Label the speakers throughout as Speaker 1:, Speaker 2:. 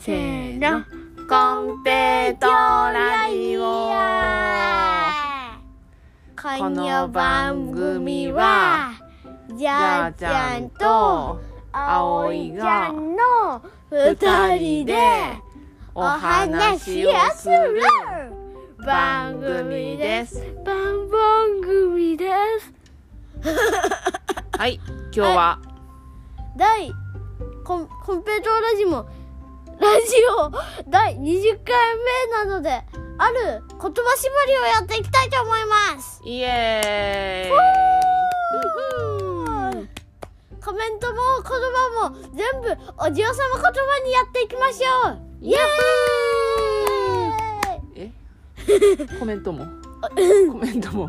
Speaker 1: せーの
Speaker 2: コンペトラジオ
Speaker 1: この番組はじゃあちゃんと葵が
Speaker 2: の
Speaker 1: 二人でお話をする番組です
Speaker 2: 番番組です
Speaker 1: はい今日は
Speaker 2: 第コンコンペイトーラジモラジオ第20回目なのである言葉縛りをやっていきたいと思います
Speaker 1: イエーイ
Speaker 2: コメントも言葉も全部おじおさま言葉にやっていきましょうイエーイ
Speaker 1: え コメントもコメントも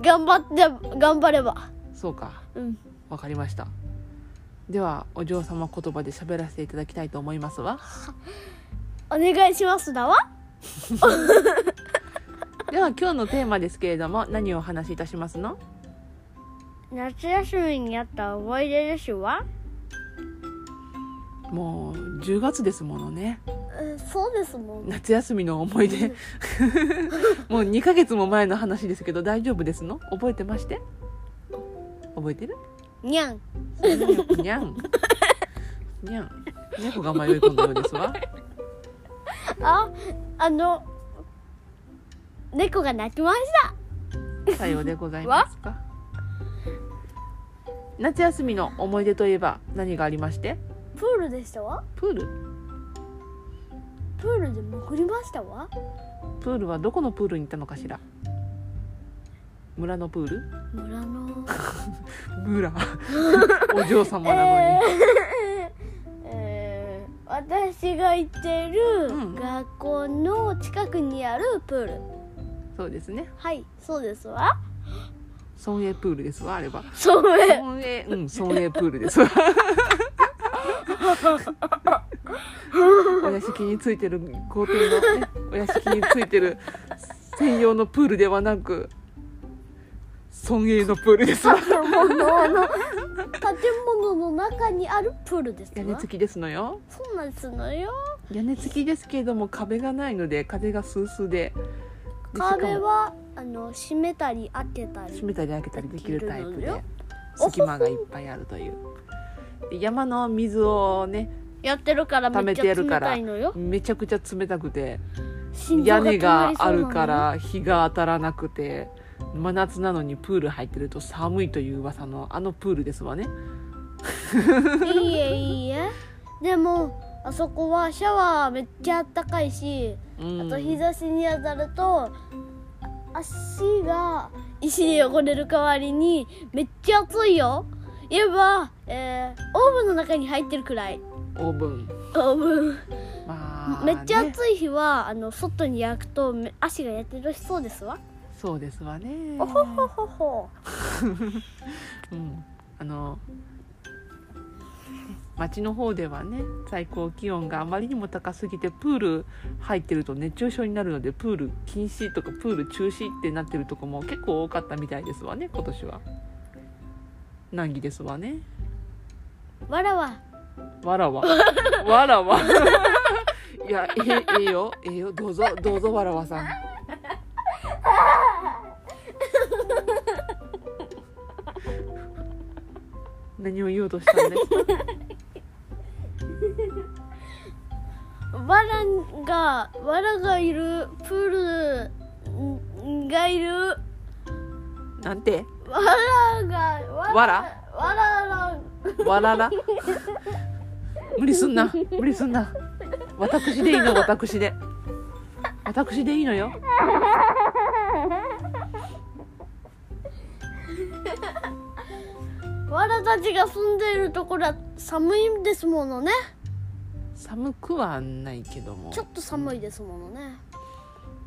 Speaker 2: 頑張って頑張れば
Speaker 1: そうか
Speaker 2: うん
Speaker 1: わかりましたではお嬢様言葉で喋らせていただきたいと思いますわ
Speaker 2: お願いしますだわ
Speaker 1: では今日のテーマですけれども何をお話しいたしますの
Speaker 2: 夏休みにやった思い出ですわ
Speaker 1: もう10月ですものね
Speaker 2: そうですもん
Speaker 1: 夏休みの思い出 もう2ヶ月も前の話ですけど大丈夫ですの覚えてまして覚えてる
Speaker 2: にゃん
Speaker 1: にゃんにゃん猫が迷い込んだようですわ
Speaker 2: ああの猫が鳴きまし
Speaker 1: さようでございますか夏休みの思い出といえば何がありまして
Speaker 2: たプールでしたわ
Speaker 1: プール
Speaker 2: プールで潜りましたわ
Speaker 1: プールはどこのプールに行ったのかしら村のプール
Speaker 2: 村の
Speaker 1: 村 お嬢様なのに
Speaker 2: え、ーえー私が行って
Speaker 1: うん
Speaker 2: る学校の近くにあるプール、
Speaker 1: そうですね
Speaker 2: はいそうですわ
Speaker 1: 孫栄プールですわあれば
Speaker 2: そう
Speaker 1: 孫栄うん孫栄プールですわ お屋敷についてる豪邸の、ね、お屋敷についてる専用のプールではなく孫栄のプールです わ
Speaker 2: 建物の建物の中にあるプールです
Speaker 1: 屋根
Speaker 2: わ
Speaker 1: 付きですのよ
Speaker 2: そうなんですのよ
Speaker 1: 屋根付きですけれども壁がないので風がスースーででしかも
Speaker 2: 壁はあの閉めたり開けたり
Speaker 1: 閉めたり開けたりできるタイプ
Speaker 2: できるの
Speaker 1: で
Speaker 2: よ
Speaker 1: 隙間がいっぱいあるというで山の水をね
Speaker 2: やってるからめっちゃ冷たいのよ
Speaker 1: めちゃくちゃ冷たくて
Speaker 2: 心臓
Speaker 1: 屋根
Speaker 2: 止ま
Speaker 1: が
Speaker 2: りそ
Speaker 1: あ
Speaker 2: うなのよ
Speaker 1: るから日が当たらなくて真夏なのにプール入ってると寒いという噂のあのプールですわね
Speaker 2: いいえいいえでもあそこはシャワーめっちゃあったかいし
Speaker 1: うん
Speaker 2: あと日差しに当たると足が石に汚れる代わりにめっちゃ暑いよ言えば、えーオーブンの中に入ってるくらい
Speaker 1: オーブン
Speaker 2: オーブン
Speaker 1: まあ、
Speaker 2: め
Speaker 1: ね、
Speaker 2: っちゃ暑い日はあの外に焼くとめ足が焼けるしそうですわ
Speaker 1: そうですわね
Speaker 2: おほほほほ
Speaker 1: うん、あの町の方ではね最高気温があまりにも高すぎてプール入ってると熱中症になるのでプール禁止とかプール中止ってなってるとこも結構多かったみたいですわね今年は難儀ですわね
Speaker 2: わらわ
Speaker 1: わらわ わらわ いやえええよええよどうぞどうぞわらわさん 何を言おうとしたんですか
Speaker 2: わらがわらがいるプールんがいるわ
Speaker 1: なんて
Speaker 2: らが
Speaker 1: わら
Speaker 2: わら
Speaker 1: わらら無理すんな無理すんな私でいいの私で私でいいのよ
Speaker 2: らわらたちが住んでいるところは寒いんですものね
Speaker 1: 寒くはないけども
Speaker 2: ちょっと寒いですものね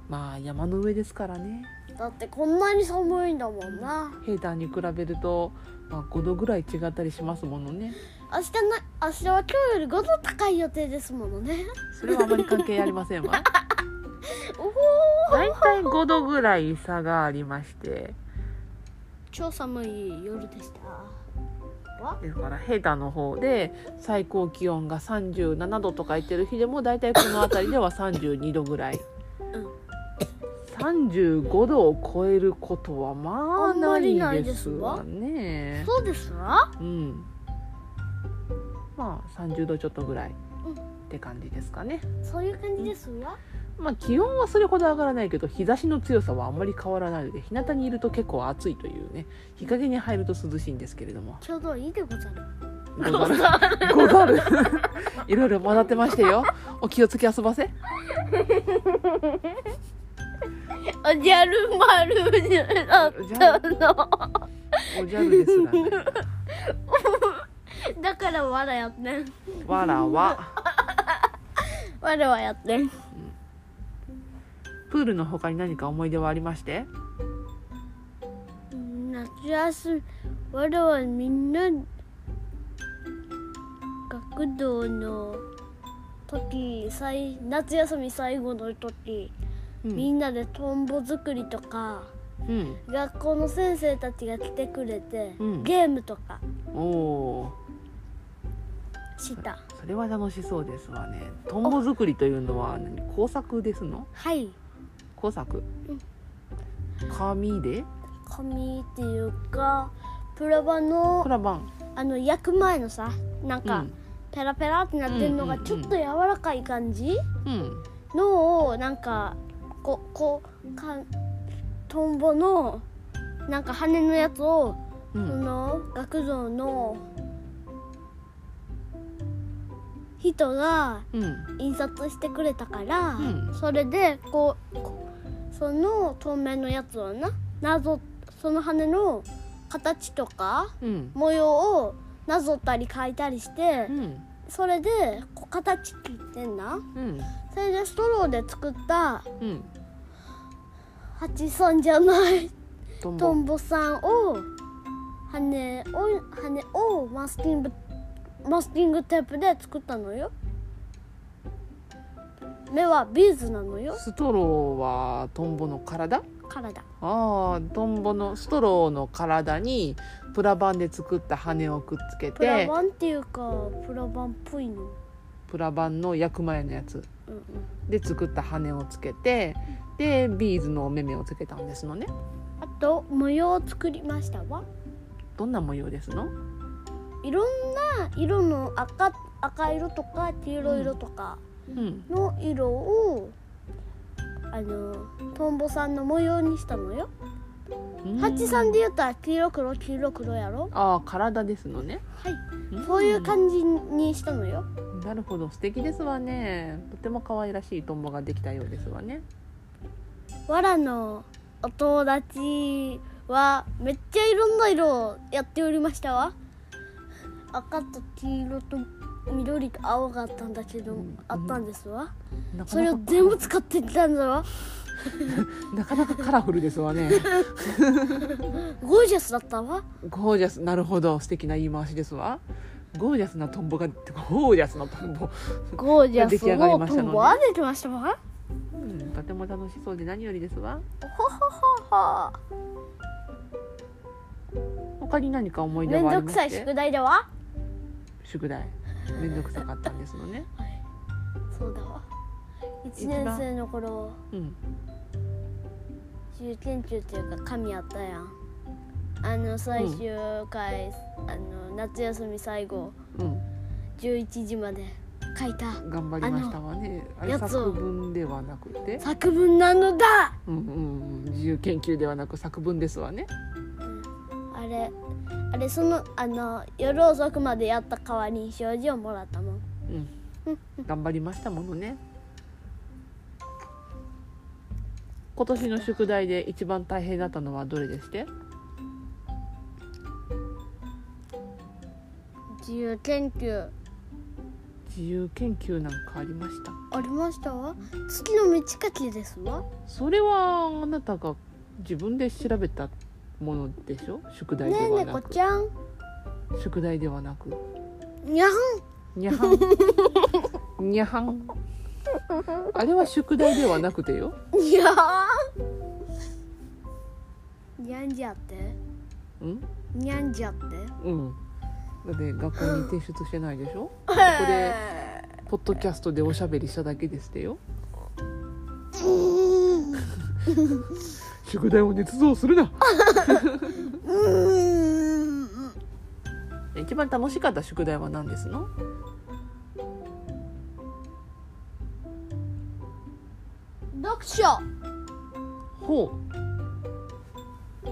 Speaker 1: まあ山の上ですからね
Speaker 2: だってこんなに寒いんだもんな
Speaker 1: 平坦に比べると、まあ、5度ぐらい違ったりしますものね
Speaker 2: 明日な明日は今日より5度高い予定ですものね
Speaker 1: それはあまり関係ありません わ
Speaker 2: おほ
Speaker 1: 大体5度ぐらい差がありまして
Speaker 2: 超寒い夜でしたは
Speaker 1: だからヘダの方で最高気温が37度とか言ってる日でも大体この辺りでは32度ぐらい、35度を超えることはまあ
Speaker 2: あんま
Speaker 1: な
Speaker 2: り
Speaker 1: い
Speaker 2: ないで
Speaker 1: ですす
Speaker 2: わ
Speaker 1: わね
Speaker 2: そうですわ
Speaker 1: うんまあ30度ちょっとぐらい
Speaker 2: うん
Speaker 1: って感じですかね
Speaker 2: そういう感じですわ
Speaker 1: まあ気温はそれほど上がらないけど日差しの強さはあんまり変わらないので日向にいると結構暑いというね日陰に入ると涼しいんですけれども
Speaker 2: ちょうどいいでござる
Speaker 1: ござる。ござる。いろいろ学ってましてよ。お気をつけ遊ばせ。
Speaker 2: あじゃるまるじゃだったの
Speaker 1: おじゃるですらね。
Speaker 2: だからわらやってん
Speaker 1: わらは。
Speaker 2: わらはやってん
Speaker 1: プールの他に何か思い出はありまして。
Speaker 2: うん夏休みわらはみんな学童の時最夏休み最後の時、
Speaker 1: う
Speaker 2: み
Speaker 1: ん。
Speaker 2: んなでトンボ作りとか
Speaker 1: うん。
Speaker 2: 学校の先生たちが来てくれて、
Speaker 1: うん
Speaker 2: ゲームとか
Speaker 1: おお
Speaker 2: した
Speaker 1: ー。それは楽しそうですわね。トンボ作りというのは何工作ですの？
Speaker 2: はい
Speaker 1: 工作
Speaker 2: うん。
Speaker 1: 紙で。
Speaker 2: 紙っていうかプラバの
Speaker 1: プラバン。
Speaker 2: あの焼く前のさなんか、ペラペラってなってるのが
Speaker 1: うんうんうん
Speaker 2: ちょっと柔らかい感じ
Speaker 1: うん。うん。
Speaker 2: のをなんかここうかんトンボのなんか羽のやつを、
Speaker 1: う
Speaker 2: そ
Speaker 1: ん。
Speaker 2: の学童の人が
Speaker 1: うん。
Speaker 2: 印刷してくれたから、
Speaker 1: うん
Speaker 2: それでこうこその透明のやつをな謎その羽の形とか
Speaker 1: うん。
Speaker 2: 模様をなぞったり描いたりして
Speaker 1: う、ん。
Speaker 2: それでこう形切ってんな
Speaker 1: うん。
Speaker 2: それでストローで作った
Speaker 1: うん。
Speaker 2: ハチさんじゃない
Speaker 1: トン
Speaker 2: ト
Speaker 1: ボ。
Speaker 2: ンボさんを羽を羽をマスキングマスキングテープで作ったのよ目はビーズなのよ
Speaker 1: ストローはトンボの体？
Speaker 2: 体
Speaker 1: ああトンボのストローの体にプラバンで作った羽をくっつけて
Speaker 2: プラバンっていうかプラバンっぽいの、
Speaker 1: プラバンの焼く前のやつ
Speaker 2: うんうん、
Speaker 1: で作った羽をつけてでビーズのお目目をつけたんですのね
Speaker 2: あと模様を作りましたわ
Speaker 1: どんな模様ですの
Speaker 2: いろんな色の赤赤色とか黄色色とか、
Speaker 1: うん
Speaker 2: の色をあのトンボさんの模様にしたのよ。ハチさんで言ったら黄色黒黄色黒やろ。
Speaker 1: ああ体ですのね
Speaker 2: はい。そういうん感じにしたのよ。
Speaker 1: なるほど素敵ですわねとても可愛らしいトンボができたようですわね
Speaker 2: わらのお友達はめっちゃいろんな色をやっておりましたわ。赤と黄色と緑と青があったんだけど、
Speaker 1: うん
Speaker 2: あったんですわ。
Speaker 1: な
Speaker 2: そ
Speaker 1: か
Speaker 2: れ
Speaker 1: な
Speaker 2: を
Speaker 1: か
Speaker 2: 全部使っていったんだわ。
Speaker 1: なかなかカラフルですわね
Speaker 2: ゴージャスだったわ。
Speaker 1: ゴージャスなるほど素敵な言い回しですわゴージャスなトンボがゴージャスなトンボ、
Speaker 2: ゴージャ
Speaker 1: 出
Speaker 2: ス
Speaker 1: 来上がり
Speaker 2: を
Speaker 1: まし
Speaker 2: ト
Speaker 1: たのね
Speaker 2: ンボは出てましたわ。
Speaker 1: うん、とても楽しそうで何よりですわ
Speaker 2: ほほほほ。
Speaker 1: 他に何か思い出
Speaker 2: めん
Speaker 1: はあ
Speaker 2: ど
Speaker 1: り
Speaker 2: く
Speaker 1: ま
Speaker 2: さ
Speaker 1: し
Speaker 2: い
Speaker 1: て
Speaker 2: 宿題だわ。
Speaker 1: 宿題めんどくさかったんですのね
Speaker 2: そうだわ。一
Speaker 1: 一番
Speaker 2: 年生の頃
Speaker 1: うん
Speaker 2: 中研中っていうか神あったやん。あの最終回、あの夏休み最後
Speaker 1: うん
Speaker 2: 11時まで書いた
Speaker 1: 頑張りましたわねあれ
Speaker 2: やつを
Speaker 1: 作文ではなくて
Speaker 2: 作文なのだ。
Speaker 1: うんうんうん自由研究ではなく作文ですわね
Speaker 2: あれあれそのあの夜遅くまでやった代わりに表示をもらったもん。
Speaker 1: うん頑張りましたものね今年の宿題で一番大変だったのはどれでして
Speaker 2: 自由研究
Speaker 1: 自由研究なんかありました
Speaker 2: ありましたわ。月の満ち欠けですわ。
Speaker 1: それはあなたが自分で調べたものでしょ宿題
Speaker 2: ね
Speaker 1: で
Speaker 2: え
Speaker 1: はな
Speaker 2: 猫
Speaker 1: く、
Speaker 2: ちゃん。
Speaker 1: 宿題ではなく
Speaker 2: にゃん。
Speaker 1: にゃはんにゃはん あれは宿題ではなくてよ
Speaker 2: にゃーんにゃんじゃって
Speaker 1: うん
Speaker 2: にゃんじゃって
Speaker 1: うんだって学校に提出してないでしょ
Speaker 2: こ
Speaker 1: でポッドキャストでおしゃべりしただけですってよ宿題を捏造するな一番楽しかった宿題は何ですの
Speaker 2: 読書
Speaker 1: ほう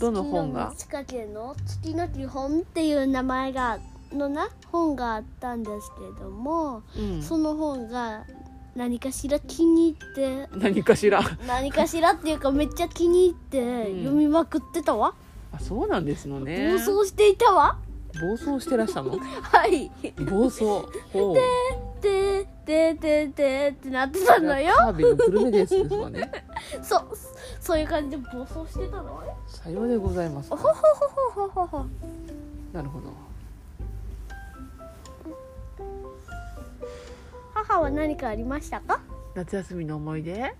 Speaker 1: どの本が
Speaker 2: 月の満ち欠けの月の基本っていう名前がのな本があったんですけども、
Speaker 1: うん
Speaker 2: その本が何かしら気に入って
Speaker 1: 何かしら
Speaker 2: 何かしらっていうかめっちゃ気に入って
Speaker 1: うん
Speaker 2: 読みまくってたわ、
Speaker 1: あそうなんですのね
Speaker 2: 妄想していたわ
Speaker 1: 暴走してらしたの
Speaker 2: はい
Speaker 1: 暴走ほう
Speaker 2: ででででってなってたのよ
Speaker 1: カービィのグルメですですわね
Speaker 2: そそういう感じで暴走してたのよ
Speaker 1: さようでございます
Speaker 2: おほほほほほほほ
Speaker 1: なるほど
Speaker 2: 母は何かありましたか
Speaker 1: 夏休みの思い出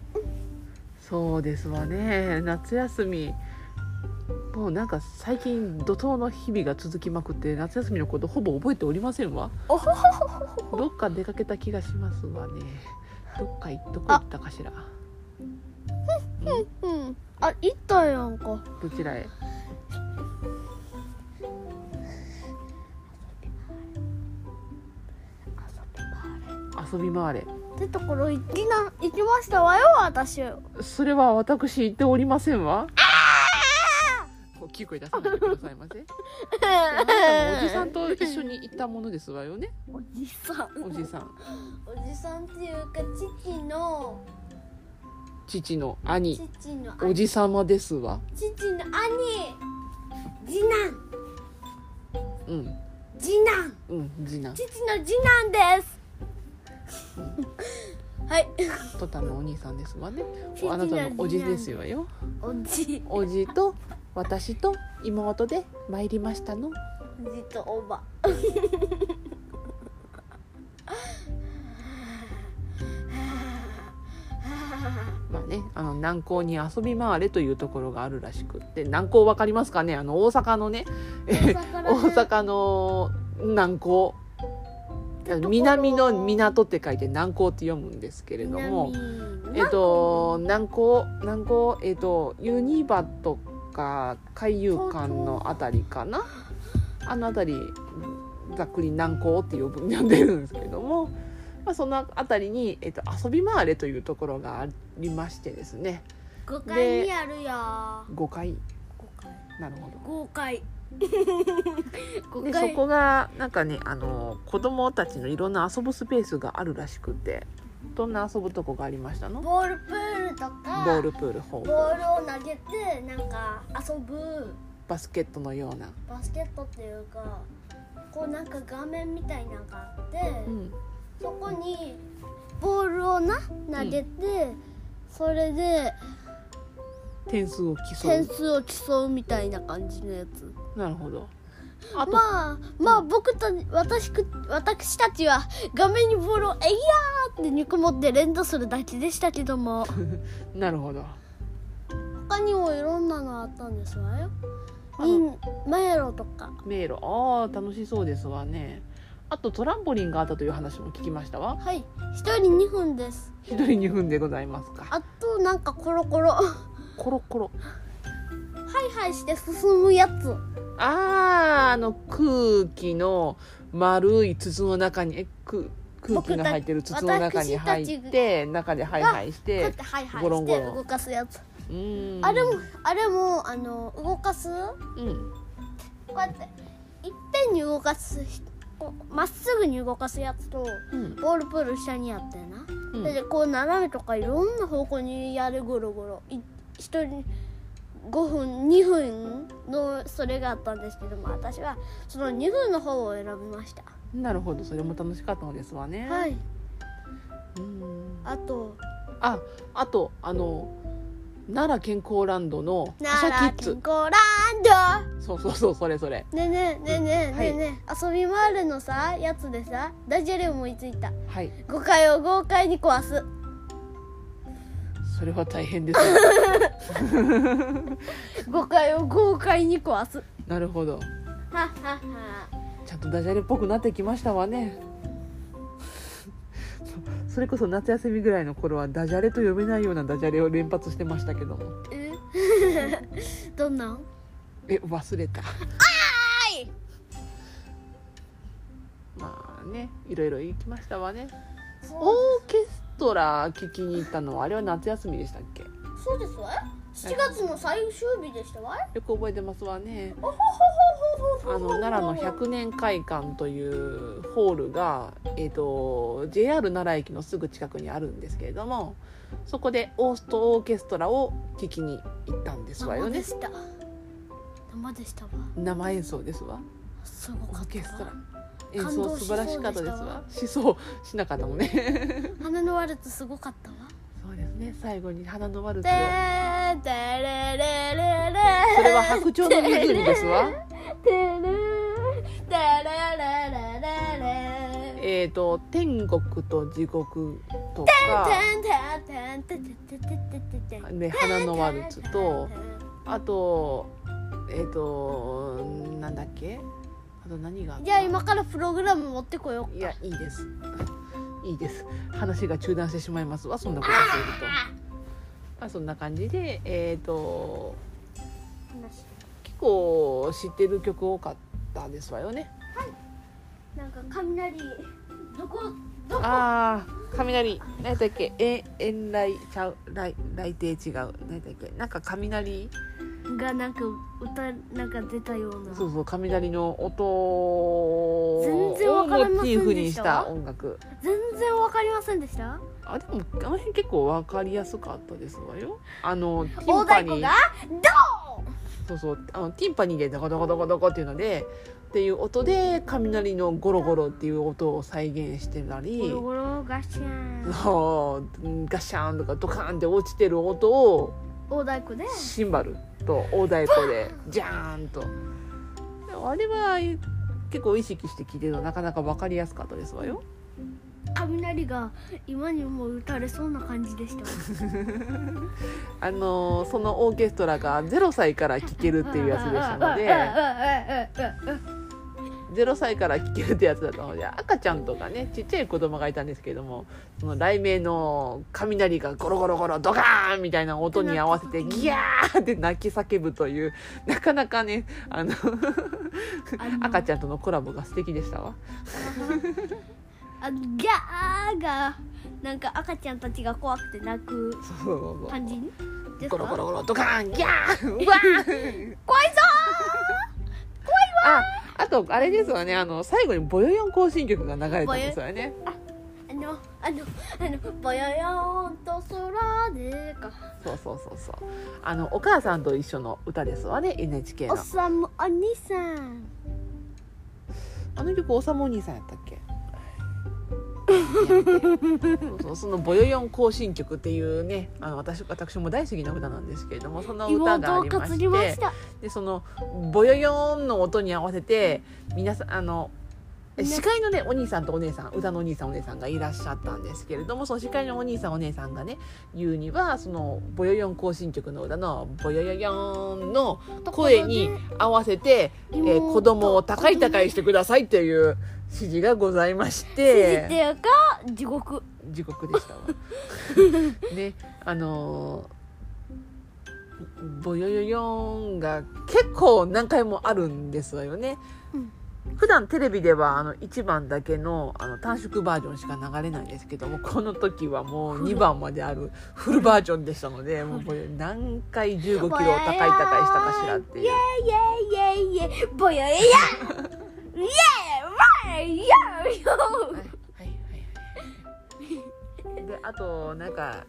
Speaker 1: そうですわね夏休みもうなんか最近怒涛の日々が続きまくって夏休みのことほぼ覚えておりませんわ
Speaker 2: おほほほほほ
Speaker 1: どっか出かけた気がしますわねどっかいどこ行ったかしら
Speaker 2: うんあ行ったやんか
Speaker 1: どちらへ遊び回れ
Speaker 2: ってところ行きな行きましたわよ 私
Speaker 1: それは私言っておりませんわ大きい声出さないでくださいませあなたもおじさんと一緒に行ったものですわよね
Speaker 2: おじさん
Speaker 1: おじさん
Speaker 2: おじさんっていうか父の
Speaker 1: 父の兄
Speaker 2: 父の
Speaker 1: お
Speaker 2: 兄
Speaker 1: じさまですわ
Speaker 2: 父の兄次男
Speaker 1: うん
Speaker 2: 次男
Speaker 1: うん次男
Speaker 2: 父の次男です はい
Speaker 1: トタンのお兄さんですわね
Speaker 2: 父の
Speaker 1: あなたのおじですわよ
Speaker 2: おじ
Speaker 1: おじと私と妹で参りましたの
Speaker 2: おじとおば
Speaker 1: まあねあの南港に遊び回れというところがあるらしくって南港わかりますかねあの大阪のね
Speaker 2: 大
Speaker 1: えー
Speaker 2: 阪
Speaker 1: 大阪の南港南の港って書いて南港って読むんですけれどもえっと南港南港えっとユニバとか海遊館のあたりかなあのあたりざっくり南港って呼ぶ呼んでるんですけれども、まあ、そのあたりに、えっと、遊び回れというところがありましてですね
Speaker 2: 5
Speaker 1: で
Speaker 2: 階にあるや
Speaker 1: 5階
Speaker 2: 5階
Speaker 1: なるほど。
Speaker 2: 豪快豪
Speaker 1: で
Speaker 2: 快
Speaker 1: そこがなんかねあの子供たちのいろんな遊ぶスペースがあるらしくてどんな遊ぶとこがありましたのボ
Speaker 2: ボールプールとか
Speaker 1: ールプールホー
Speaker 2: ボ
Speaker 1: ム
Speaker 2: ールを投げてなんか遊ぶ
Speaker 1: バスケットのような、
Speaker 2: バスケットっていうかこうなんか画面みたいなのがあって、
Speaker 1: うん、
Speaker 2: そこにボールをな投げて、それで
Speaker 1: 点数を競
Speaker 2: 点
Speaker 1: う
Speaker 2: 数を競うみたいな感じのやつ
Speaker 1: なるほどあと、
Speaker 2: まあまあ僕たち私く私たちは画面にボールを「えいやー!」って肉持って連打するだけでしたけど も
Speaker 1: なるほど
Speaker 2: 他にもいろんなのあったんですわよ。
Speaker 1: あ
Speaker 2: イ
Speaker 1: の
Speaker 2: ン迷路とか
Speaker 1: 迷路あー楽しそうですわねあとトランポリンがあったという話も聞きましたわ
Speaker 2: はい一人2分です
Speaker 1: 一人2分でございますか
Speaker 2: あとなんかコロコロ ハ
Speaker 1: コロコロ
Speaker 2: イハイして進むやつ
Speaker 1: あーあの空気の丸い筒の中にえく空気の入ってる筒の中に入
Speaker 2: 僕
Speaker 1: ったて中でハイハイし
Speaker 2: こうや
Speaker 1: て
Speaker 2: ってハイハイ
Speaker 1: ゴロ
Speaker 2: し
Speaker 1: ンゴ
Speaker 2: て
Speaker 1: ロン
Speaker 2: 動かすやつ
Speaker 1: うーん
Speaker 2: あれもあれもあの動かす
Speaker 1: うん
Speaker 2: こうやっていっぺんに動かすこうまっすぐに動かすやつと
Speaker 1: うん
Speaker 2: ボールプール下にあってな、
Speaker 1: うん
Speaker 2: それでこう斜めとかいろんな方向にやるゴロゴロい一人5分2分のそれがあったんですけども私はその2分の方を選びました
Speaker 1: なるほどそれも楽しかったのですわね、
Speaker 2: はい
Speaker 1: うーん
Speaker 2: あと
Speaker 1: ああとあの奈良健康ランドの「
Speaker 2: 奈
Speaker 1: 朝
Speaker 2: 良
Speaker 1: キッ
Speaker 2: 健
Speaker 1: ズ
Speaker 2: 康ラン」
Speaker 1: そうそうそうそれそれ
Speaker 2: ドねえねえねえねえ
Speaker 1: は
Speaker 2: ねえ
Speaker 1: い
Speaker 2: ねえ、遊び回るのさやつでさダジャレ思いついた
Speaker 1: はい
Speaker 2: 誤解を豪快に壊す
Speaker 1: それは大変です
Speaker 2: 誤解を豪快に壊す
Speaker 1: なるほど
Speaker 2: はっはっは
Speaker 1: ちゃんとダジャレっぽくなってきましたわね それこそ夏休みぐらいの頃はダジャレと読めないようなダジャレを連発してましたけども
Speaker 2: えどんなん
Speaker 1: え忘れた
Speaker 2: はい
Speaker 1: まあねいろいろ行きましたわねオ
Speaker 2: そ
Speaker 1: ーケストラ聴きに行ったのはあれは夏休みでしたっけ
Speaker 2: うですわ7月の最終日でしたわい
Speaker 1: よく覚えてますわね
Speaker 2: おほほほほほほ
Speaker 1: あの奈良の百年会館というホールが、えー、と JR 奈良駅のすぐ近くにあるんですけれどもそこでオーストオーケストラを聴きに行ったんですわよ
Speaker 2: 生で
Speaker 1: ね
Speaker 2: した生でしたわ
Speaker 1: 生演奏ですわ
Speaker 2: すご
Speaker 1: オ
Speaker 2: か
Speaker 1: ー
Speaker 2: った
Speaker 1: ケストラ
Speaker 2: わ
Speaker 1: 演奏素晴らしかったですわしそうしなかったもんね
Speaker 2: 花のワルツすごかったわ
Speaker 1: そうですね最後に花のワルツ
Speaker 2: で
Speaker 1: を
Speaker 2: ーんでれれれれ
Speaker 1: それは白鳥の湖ですわ
Speaker 2: でれーんでれれれれれ
Speaker 1: えー、と天国と地獄とか、ね、花のワルツとあとえっ、となんだっけあと何があった
Speaker 2: じゃあ今からプログラム持ってこよう
Speaker 1: いやいいです いいです話が中断してしまいますわそんなことしているとまあそんな感じでえっ、と
Speaker 2: 話
Speaker 1: 結構知ってる曲多かったですわよね
Speaker 2: なんか雷どこどこ
Speaker 1: あー雷何だっけえ遠雷ちゃう雷雷帝違う何だっけなんか雷
Speaker 2: がなんか歌なんか出たような
Speaker 1: そうそう雷の音を
Speaker 2: 全然わから
Speaker 1: モ
Speaker 2: ま
Speaker 1: チ
Speaker 2: せんでしたわ
Speaker 1: ーフにした音楽
Speaker 2: 全然わかりませんでした
Speaker 1: あでもあの辺結構わかりやすかったですわよあのティ
Speaker 2: 大
Speaker 1: ンパ
Speaker 2: 太鼓
Speaker 1: ニー
Speaker 2: が
Speaker 1: そうそうあのティンパニーでドコドコドコドコっていうのでっていう音で雷のゴロゴロっていう音を再現してた
Speaker 2: ドンゴ
Speaker 1: り
Speaker 2: ロゴロガシャン
Speaker 1: そううんガシャーンとかドカーンって落ちてる音を
Speaker 2: 大太鼓で
Speaker 1: シンバルと大太鼓でジャーンとあれは結構意識して聴いてるとなかなかわかりやすかったですわよ
Speaker 2: 雷が今にも打たれそうな感じでした
Speaker 1: あのーそのオーケストラが0歳から聴けるっていうやつでしたので
Speaker 2: で
Speaker 1: 0歳から聴けるってやつだったので赤ちゃんとかねちっちゃい子供がいたんですけどもその雷鳴の雷がゴロゴロゴロドカーンみたいな音に合わせてギャーって泣き叫ぶというなかなかねあの赤ちゃんとのコラボが素敵でしたわ。
Speaker 2: あのギャーがなんか赤ちゃんたちが怖くて泣く
Speaker 1: そうそうそうそう
Speaker 2: 感じです
Speaker 1: ゴロゴ
Speaker 2: か
Speaker 1: ロゴロドカーンギャーうわー
Speaker 2: 怖いぞ
Speaker 1: ああとあれですわねあの最後に「ボヨヨン行進曲」が流れたんですわよね。
Speaker 2: ーあのあのあのぼよよーんと空でか
Speaker 1: そうそうそうそう。あのお母さんと一緒の歌ですわね NHK
Speaker 2: お
Speaker 1: の
Speaker 2: っ。さんもお兄さん
Speaker 1: あの曲おさもお兄さんやったっけ。そうそうそのボヨヨン行進曲っていうねあの私私も大好きな歌なんですけれどもその歌が
Speaker 2: 妹
Speaker 1: あ
Speaker 2: を
Speaker 1: りま
Speaker 2: 担
Speaker 1: し
Speaker 2: ぎま
Speaker 1: て
Speaker 2: した
Speaker 1: でそのボヨヨンの音に合わせて皆さんあの
Speaker 2: ね
Speaker 1: 司会のねお兄さんとお姉さん歌のお兄さんお姉さんがいらっしゃったんですけれどもその司会のお兄さんお姉さんがね言うにはそのボヨヨン行進曲の歌のボヨヨヨンの声に合わせて、え
Speaker 2: 妹
Speaker 1: ー子供を高い高いしてくださいという指示がございまし
Speaker 2: 指
Speaker 1: て
Speaker 2: 定か地獄
Speaker 1: 地獄でしたわ。 ねあのーボヨヨヨンが結構何回もあるんですわよね。
Speaker 2: うん
Speaker 1: 普段テレビではあの1番だけのあの短縮バージョンしか流れないんですけどもこの時はもう2番まであるフルバージョンでしたのでもうこれ何回15キロ高い高いしたかしらっていう
Speaker 2: イエイイエイイエイぼよよーんイエイわーよーよ
Speaker 1: はいはい はいであとなんか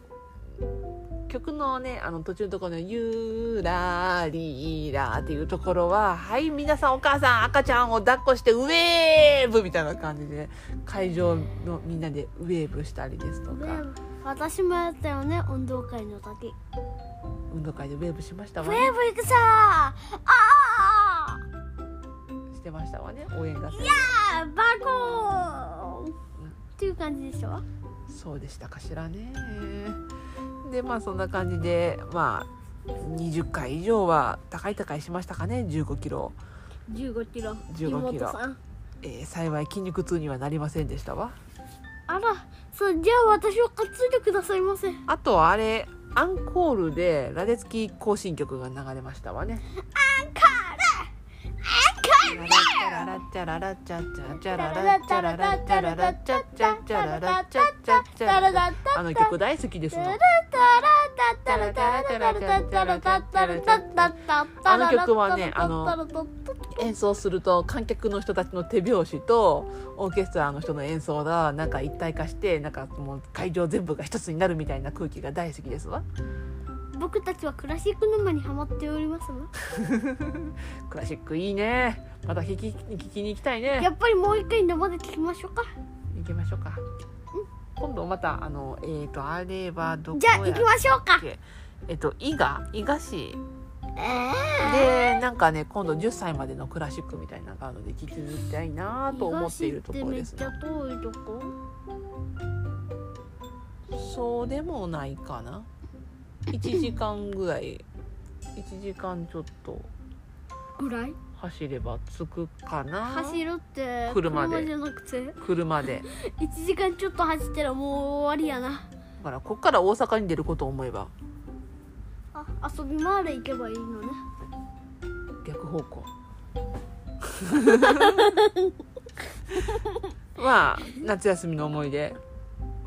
Speaker 1: 曲のねあの途中のところの「ゆらりら」っていうところは「はい皆さんお母さん赤ちゃんを抱っこしてウェーブ」みたいな感じで会場のみんなでウェーブしたりですと
Speaker 2: ね
Speaker 1: か
Speaker 2: 私もやったよね運動会の時
Speaker 1: 運動会でウェーブしました
Speaker 2: ウ
Speaker 1: わ
Speaker 2: ェ
Speaker 1: ね
Speaker 2: ーブ行くさーああ
Speaker 1: してましたわね応援が
Speaker 2: ああバコーンっていう感じでしょ
Speaker 1: そうでしたかしらねでまあそんな感じでまあ20回以上は高い高いしましたかね15キロ
Speaker 2: 15キロ
Speaker 1: 15キロ
Speaker 2: 妹さん
Speaker 1: えー幸い筋肉痛にはなりませんでしたわ
Speaker 2: あらそうじゃあ私を担いでくださいませ
Speaker 1: あとはあれアンコールでラデツキ行進曲が流れましたわねアンコールアンコールチャララチャラチャラチャラチャラチャチャチャラチャチャチャラチャあの曲大好きですもん
Speaker 2: あの曲はねあの
Speaker 1: 演奏すると観客の人たちの手拍子とオーケストラの人の演奏がなんか一体化してなんかもう会場全部が一つになるみたいな空気が大好きですわ
Speaker 2: 僕たちはクラシック沼にハマっておりますわ
Speaker 1: クラシックいいねまた聞き聞きに行きたいね
Speaker 2: やっぱりもう一回生で聞きましょうか
Speaker 1: 行きましょうか。今度またあのえっ、ー、とあれはどこ
Speaker 2: じゃあ
Speaker 1: や
Speaker 2: 行
Speaker 1: っ
Speaker 2: きましょうか
Speaker 1: けえっ、と伊賀伊賀市
Speaker 2: え
Speaker 1: でなんかね今度10歳までのクラシックみたいなのがあるので聞きに行きたいなと思っているところです
Speaker 2: 東っ
Speaker 1: ね
Speaker 2: て。めっちゃ遠いとこ
Speaker 1: そうでもないかな。1時間ぐらい1時間ちょっと
Speaker 2: ぐらい
Speaker 1: 走れば着くかな。
Speaker 2: 走るって
Speaker 1: 車で
Speaker 2: じゃなくて
Speaker 1: 車で。
Speaker 2: 1時間ちょっと走ったらもう終わりやな
Speaker 1: だからこっから大阪に出ることを思えば
Speaker 2: あ遊び回れ行けばいいのね
Speaker 1: 逆方向 まあ夏休みの思い出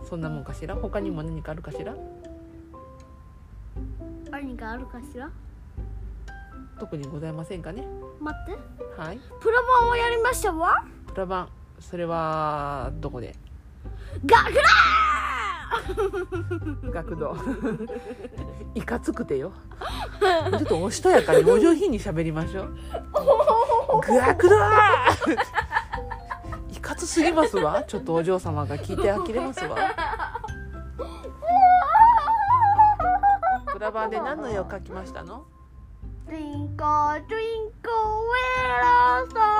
Speaker 1: そんなもんかしら他にも何かあるかしら
Speaker 2: 何かあるかしら
Speaker 1: 特にございませんかね
Speaker 2: 待って
Speaker 1: はい
Speaker 2: プロ版をやりましたわ
Speaker 1: プラバンそれはどこで
Speaker 2: ガグラ
Speaker 1: 学童 いかつくてよちょっとおしとやかにお上品に喋りましょう学童いかつすぎますわちょっとお嬢様が聞いて呆れます わプラバンで何の絵を描きましたの
Speaker 2: Twinkle Twinkle Little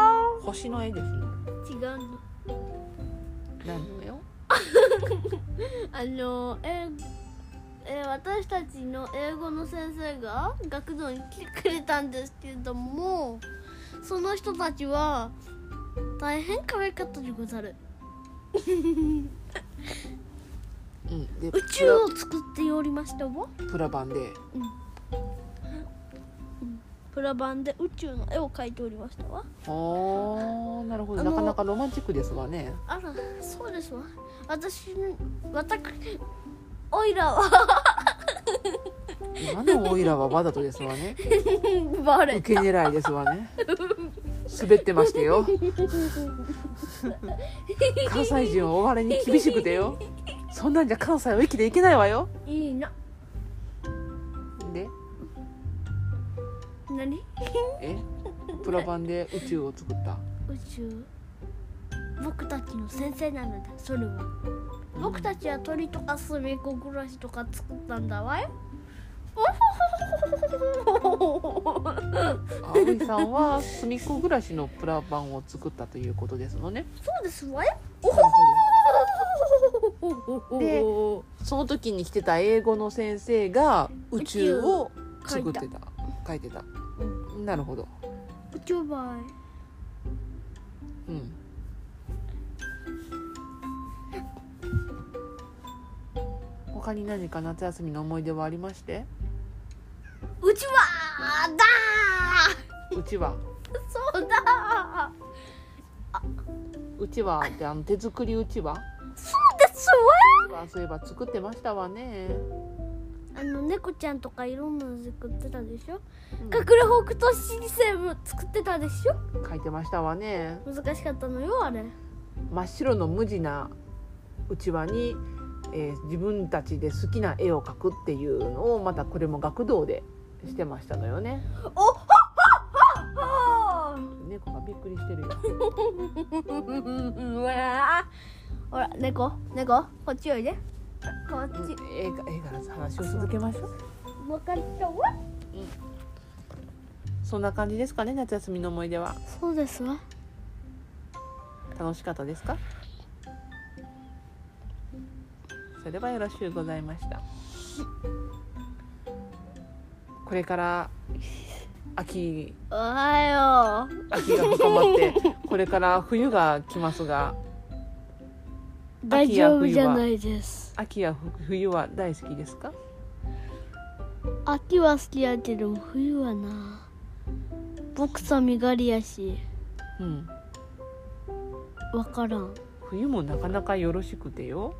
Speaker 2: Star
Speaker 1: 星の絵ですね
Speaker 2: 違うの
Speaker 1: 何の絵を
Speaker 2: あのええ私たちの英語の先生が学童に来てくれたんですけれどもその人たちは大変可愛かったでござる
Speaker 1: うん、で
Speaker 2: 宇宙を作っておりましたわ
Speaker 1: プラプラバンで
Speaker 2: プラ版で宇宙の絵を描いておりましたわ
Speaker 1: ああなるほど
Speaker 2: あ
Speaker 1: な
Speaker 2: の
Speaker 1: かなかロマンチックですわね
Speaker 2: あらそうですわ私私オイラは
Speaker 1: 今のオイラはわざとですわね
Speaker 2: バレ
Speaker 1: 受け狙いですわね滑ってましたよ関西人はお笑いに厳しくてよそんなんじゃ関西は生きていけないわよ
Speaker 2: いいな
Speaker 1: で
Speaker 2: 何
Speaker 1: えプラバンで宇宙を作った
Speaker 2: 宇宙僕たちの先生なのだそれは僕たちは鳥とかすみこ暮らしとか作ったんだわ よ
Speaker 1: 葵さんは住みっこ暮らしのプラバンを作ったということですのね
Speaker 2: そうですわよ
Speaker 1: でその時に来てた英語の先生が宇宙を作ってた書いてたなるほど
Speaker 2: 宇宙バ
Speaker 1: うん他に何か夏休みの思い出はありまして
Speaker 2: イ宇宙バーだ
Speaker 1: うちは
Speaker 2: ーそうだ
Speaker 1: うちはであの手作りうちわ
Speaker 2: ーそうですわよ
Speaker 1: うちわそういえば作ってましたわね
Speaker 2: あの猫ちゃんとかいろんなの作ってたでしょ、
Speaker 1: うん
Speaker 2: かくれ北斗七星も作ってたでしょ
Speaker 1: 書いてましたわね
Speaker 2: 難しかったのよあれ
Speaker 1: 真っ白の無地なうちわに、えー自分たちで好きな絵を描くっていうのをまたこれも学童でしてましたのよね
Speaker 2: おはははは
Speaker 1: 猫がびっくりしてるよ
Speaker 2: うわーほら猫猫こっちおいでこっち
Speaker 1: ええええから話を続けましょう
Speaker 2: 分かったわ
Speaker 1: そんな感じですかね夏休みの思い出は
Speaker 2: そうですわ
Speaker 1: 楽しかったですかそれはよろしゅうございましたこれから秋
Speaker 2: おはよう
Speaker 1: 秋が深まってこれから冬が来ますが
Speaker 2: 大丈夫じゃないです
Speaker 1: 秋や冬は大好きですか
Speaker 2: 秋は好きやけど冬はな僕さ身狩りやし
Speaker 1: うん
Speaker 2: わからん
Speaker 1: 冬もなかなかよろしくてよ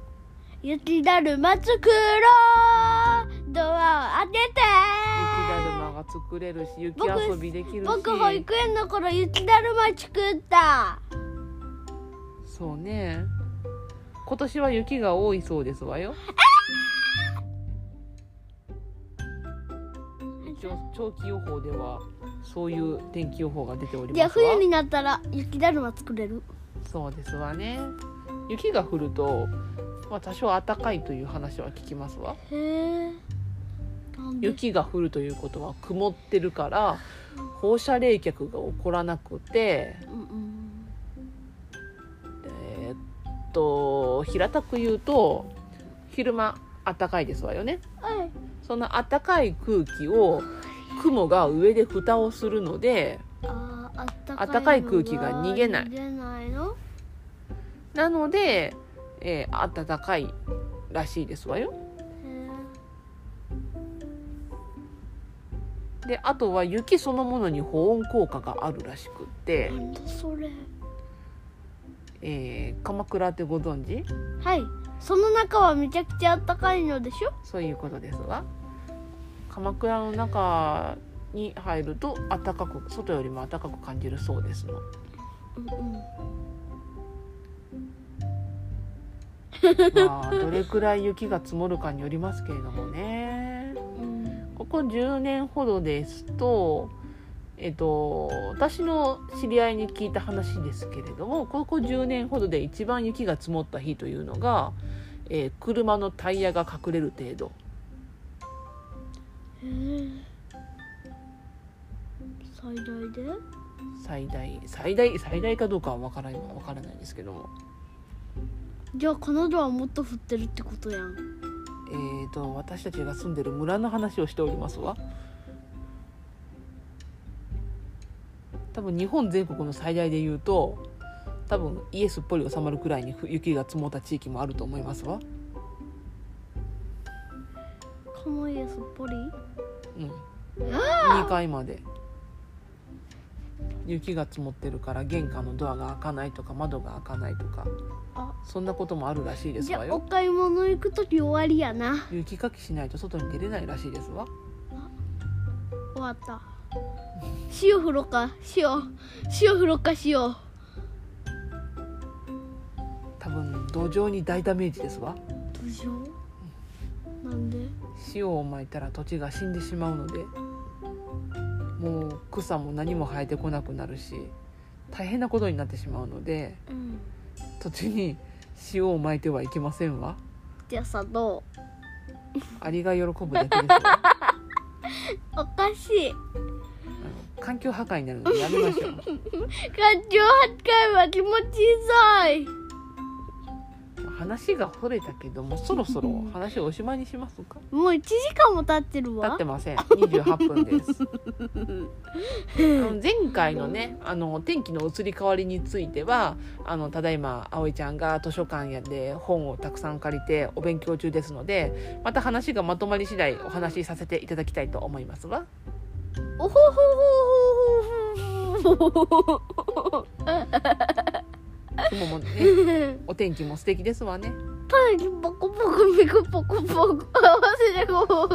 Speaker 2: 雪だるま作ろうドアを開けて
Speaker 1: 雪だるまが作れるし雪遊びできるし
Speaker 2: 僕保育園の頃雪だるま作った
Speaker 1: そうね今年は雪が多いそうですわよ一応長期予報ではそういう天気予報が出ており
Speaker 2: じゃ
Speaker 1: ま
Speaker 2: あ
Speaker 1: すわ
Speaker 2: 冬になったら雪だるま作れる
Speaker 1: そうですわね雪が降ると、まあ、多少暖かいという話は聞きますわ
Speaker 2: へえなんで
Speaker 1: 雪が降るということは曇ってるから放射冷却が起こらなくて
Speaker 2: うんうん
Speaker 1: えーっと平たく言うと昼間暖かいですわよね
Speaker 2: はい
Speaker 1: その暖かい空気を雲が上で蓋をするので
Speaker 2: あーあった
Speaker 1: あったかい空気が逃げない
Speaker 2: 逃げないの
Speaker 1: なので、えー暖かいらしいですわよ
Speaker 2: へえ
Speaker 1: であとは雪そのものに保温効果があるらしくって
Speaker 2: な、んだそれ
Speaker 1: えー鎌倉ってご存知
Speaker 2: はいその中はめちゃくちゃあったかいのでしょ
Speaker 1: そういうことですわ鎌倉の中に入ると暖かく外よりも暖かく感じるそうですの
Speaker 2: うんうん
Speaker 1: まあどれくらい雪が積もるかによりますけれどもね
Speaker 2: うん
Speaker 1: ここ10年ほどですとえっと私の知り合いに聞いた話ですけれどもここ10年ほどで一番雪が積もった日というのが、えー車のタイヤが隠れる程度
Speaker 2: へえ最大で
Speaker 1: 最大最大最大かどうかは分からない分からないですけども
Speaker 2: じゃあカナダはもっと降ってるってことやん
Speaker 1: えー、と私たちが住んでる村の話をしておりますわ多分日本全国の最大で言うと多分イエスっぽり収まるくらいに雪が積もった地域もあると思いますわ
Speaker 2: この家すっぽり
Speaker 1: うん2階まで雪が積もってるから玄関のドアが開かないとか窓が開かないとか
Speaker 2: あ
Speaker 1: そんなこともあるらしいです
Speaker 2: じゃ
Speaker 1: わ
Speaker 2: あお
Speaker 1: よ
Speaker 2: 買い物行く時終わりやな
Speaker 1: 雪かきしないと外に出れないらしいですわ
Speaker 2: 終わった塩振ろうか塩塩振ろうか塩
Speaker 1: 多分土壌に大ダメージですわ
Speaker 2: 土壌なんで
Speaker 1: 塩をまいたら土地が死んでしまうのでもう草も何も生えてこなくなるし大変なことになってしまうので
Speaker 2: うん
Speaker 1: 土地に塩をまいてはいけませんわ
Speaker 2: じゃあさどう
Speaker 1: アリが喜ぶだけですわあ
Speaker 2: おかしい
Speaker 1: の環境破壊になるのでやめましょう
Speaker 2: 感情8回は気持ちいいぞ
Speaker 1: 話が惚れたけどもそろそろ話をおしまいにしますか
Speaker 2: いもう1時間も経ってる
Speaker 1: 経っ
Speaker 2: わ
Speaker 1: てません28分ですあの前回のねあの天気の移り変わりについてはあのただいま葵ちゃんが図書館やで本をたくさん借りてお勉強中ですのでまた話がまとまり次第お話しさせていただきたいと思いますわ
Speaker 2: おほほほほほほほほ
Speaker 1: 今日もね お天気も素敵ですわね、
Speaker 2: ただにポコポコピコポコポコ合わせてこう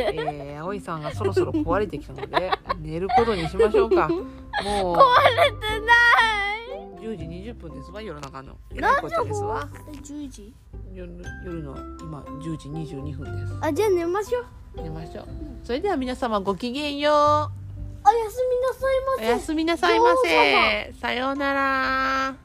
Speaker 1: えー、葵さんがそろそろ壊れてきたので寝ることにしましょうかも
Speaker 2: 慣れ
Speaker 1: う
Speaker 2: てない
Speaker 1: 10時20分ですわ夜中のえらいこっちゃですわ
Speaker 2: 10時
Speaker 1: 夜夜の今10時22分です
Speaker 2: あじゃあ寝ましょう
Speaker 1: 寝ましょうそれでは皆様ごきげん
Speaker 2: お
Speaker 1: よ
Speaker 2: やすみなさいうま
Speaker 1: お
Speaker 2: せ
Speaker 1: やすみなさいませさようなら